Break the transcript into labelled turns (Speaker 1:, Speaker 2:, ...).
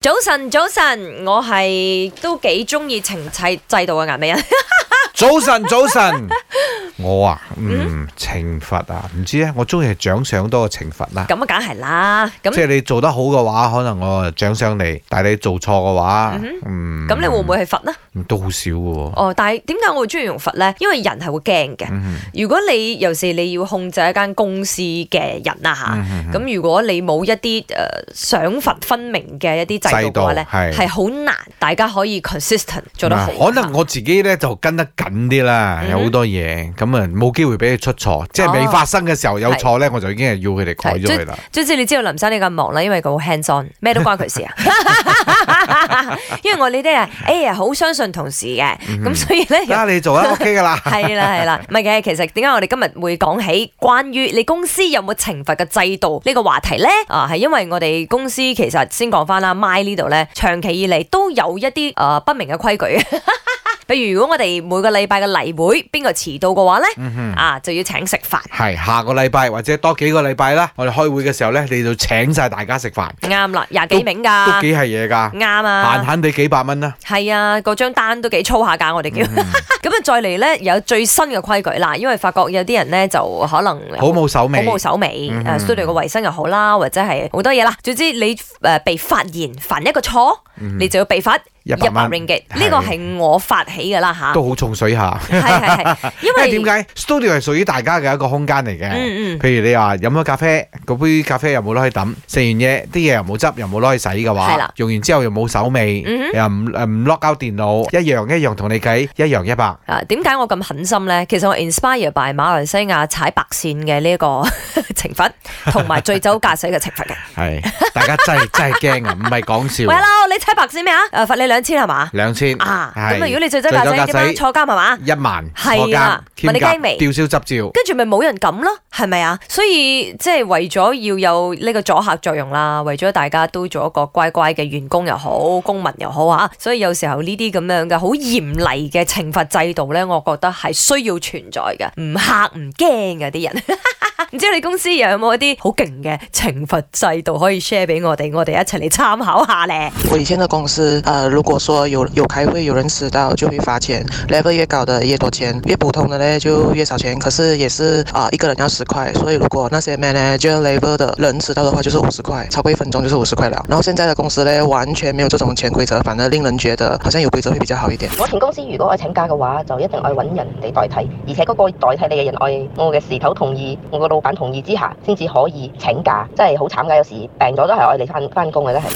Speaker 1: 早晨，早晨，我係都幾中意情砌制度嘅顏美人，
Speaker 2: 早晨，早晨， 我啊，嗯，懲罰啊，唔知咧，我中意係獎賞多過懲罰 啦。
Speaker 1: 咁啊，梗係啦。咁
Speaker 2: 即係你做得好嘅話，可能我獎賞你；但係你做錯嘅話，嗯，
Speaker 1: 咁，你會唔會係罰呢？
Speaker 2: 都好少嘅喎。
Speaker 1: 哦，但係點解我會中意用罰呢？因為人係會驚
Speaker 2: 嗯
Speaker 1: 嘅。如果你尤其是你要控制一間公司嘅人啦
Speaker 2: 嗯
Speaker 1: 吓，咁如果你冇一啲誒賞罰分明嘅一啲制度嘅話咧，
Speaker 2: 制度係
Speaker 1: 係好難大家可以 consistent 做得好。
Speaker 2: 可能我自己咧就跟得緊啲啦，
Speaker 1: 嗯
Speaker 2: 有好多嘢，咁啊冇機會俾佢出錯。即係未
Speaker 1: 哦
Speaker 2: 發生嘅時候有錯咧，我就已經係要佢哋改咗
Speaker 1: 係
Speaker 2: 佢啦。
Speaker 1: 總之你知道林生呢咁忙啦，因為佢好 hands on，咩都關佢事啊。 因為我呢啲啊，哎呀，好相信同事嘅，咁所以咧。
Speaker 2: 啊，你做啦，OK 噶啦。
Speaker 1: 係啦係 啦，唔係嘅，其實點解我哋今日會講起關於你公司有冇懲罰嘅制度呢個話題呢？啊，係因為我哋公司其實先講翻啦，My 呢度呢，長期以嚟都有一啲誒、呃不明嘅規矩。 譬如如果我哋每個禮拜嘅例會，邊個遲到嘅話呢，
Speaker 2: 嗯
Speaker 1: 啊就要請食飯。
Speaker 2: 係下個禮拜或者多幾個禮拜啦，我哋開會嘅時候咧，你就請晒大家食飯，
Speaker 1: 啱啦，廿幾名
Speaker 2: 都
Speaker 1: 㗎，
Speaker 2: 幾係嘢㗎，
Speaker 1: 啱啊
Speaker 2: 閒。閒地幾百蚊啦。
Speaker 1: 係啊，嗰張單都幾粗下㗎，我哋叫。
Speaker 2: 嗯
Speaker 1: 咁啊，再嚟呢，有最新嘅規矩啦，因為發覺有啲人呢，就可能呃
Speaker 2: 好冇手
Speaker 1: 好
Speaker 2: 尾，
Speaker 1: 冇手尾，
Speaker 2: 嗯
Speaker 1: 誒 studio 嘅衞生又好啦，或者係好多嘢啦。總之你誒被發現犯一個錯，你就要被罰一
Speaker 2: 100
Speaker 1: 百
Speaker 2: 嗯蚊
Speaker 1: ringgit。
Speaker 2: 係
Speaker 1: 呢個係我發起嘅啦吓，
Speaker 2: 都好重水下。
Speaker 1: 係係係，因為
Speaker 2: 因為點解 studio 係屬於大家嘅一個空間嚟嘅？
Speaker 1: 嗯嗯
Speaker 2: 譬如你話飲咗咖啡，嗰杯咖啡又冇攞去抌，食完嘢啲嘢又冇執，又冇攞去洗嘅
Speaker 1: 係啦
Speaker 2: 話，用完之後又冇手尾，
Speaker 1: 嗯
Speaker 2: 又唔誒唔 lock 交電腦，一樣一樣同你計，一樣一百。
Speaker 1: 啊點解我咁狠心呢？其實我 inspire by 馬來西亞踩白線嘅 呢一個懲罰，同埋醉酒駕駛嘅懲罰 嘅。
Speaker 2: 係，大家真係 真係驚啊！唔係講
Speaker 1: 喂
Speaker 2: 笑，
Speaker 1: ，hello，你踩白線咩啊？誒罰你兩千係嘛？
Speaker 2: 兩千
Speaker 1: 啊，咁
Speaker 2: 係
Speaker 1: 啊，如果你醉酒駕
Speaker 2: 醉
Speaker 1: 駛
Speaker 2: 酒駕駛
Speaker 1: 點樣坐監係嘛？
Speaker 2: 一萬坐
Speaker 1: 係啦
Speaker 2: 監，
Speaker 1: 問你
Speaker 2: 兼夾
Speaker 1: 驚未
Speaker 2: 吊銷執照。
Speaker 1: 跟住咪冇人敢咯，係咪啊？所以即係為咗要有呢個阻嚇作用啦，為咗大家都做一個乖乖嘅員工又好，公民又好啊，所以有時候呢啲咁樣嘅好嚴厲嘅懲罰制度呢，我覺得係需要存在嘅，唔嚇唔驚嘅啲人。 唔知你公司又有冇一啲好勁嘅懲罰制度可以 share 俾我哋，我哋一齊嚟參考下呢？
Speaker 3: 我以前的公司，呃，如果说有有开会有人迟到，就会罚钱，level 越高的越多钱，越普通的呢就越少钱。可是也是啊、一个人要十块，所以如果那些 manager level 的人迟到的话，就是五十块，超过一分钟就是五十块了。然后现在的公司呢，完全没有这种潜规则，反而令人觉得好像有规则会比较好一点。
Speaker 4: 我前公司如果我請假嘅話，就一定愛揾人嚟代替，而且嗰個代替你嘅人愛我嘅事頭同意，我個老闆同意之下，先至可以請假，真係好慘㗎。有時病咗都係愛嚟翻翻工嘅，真係。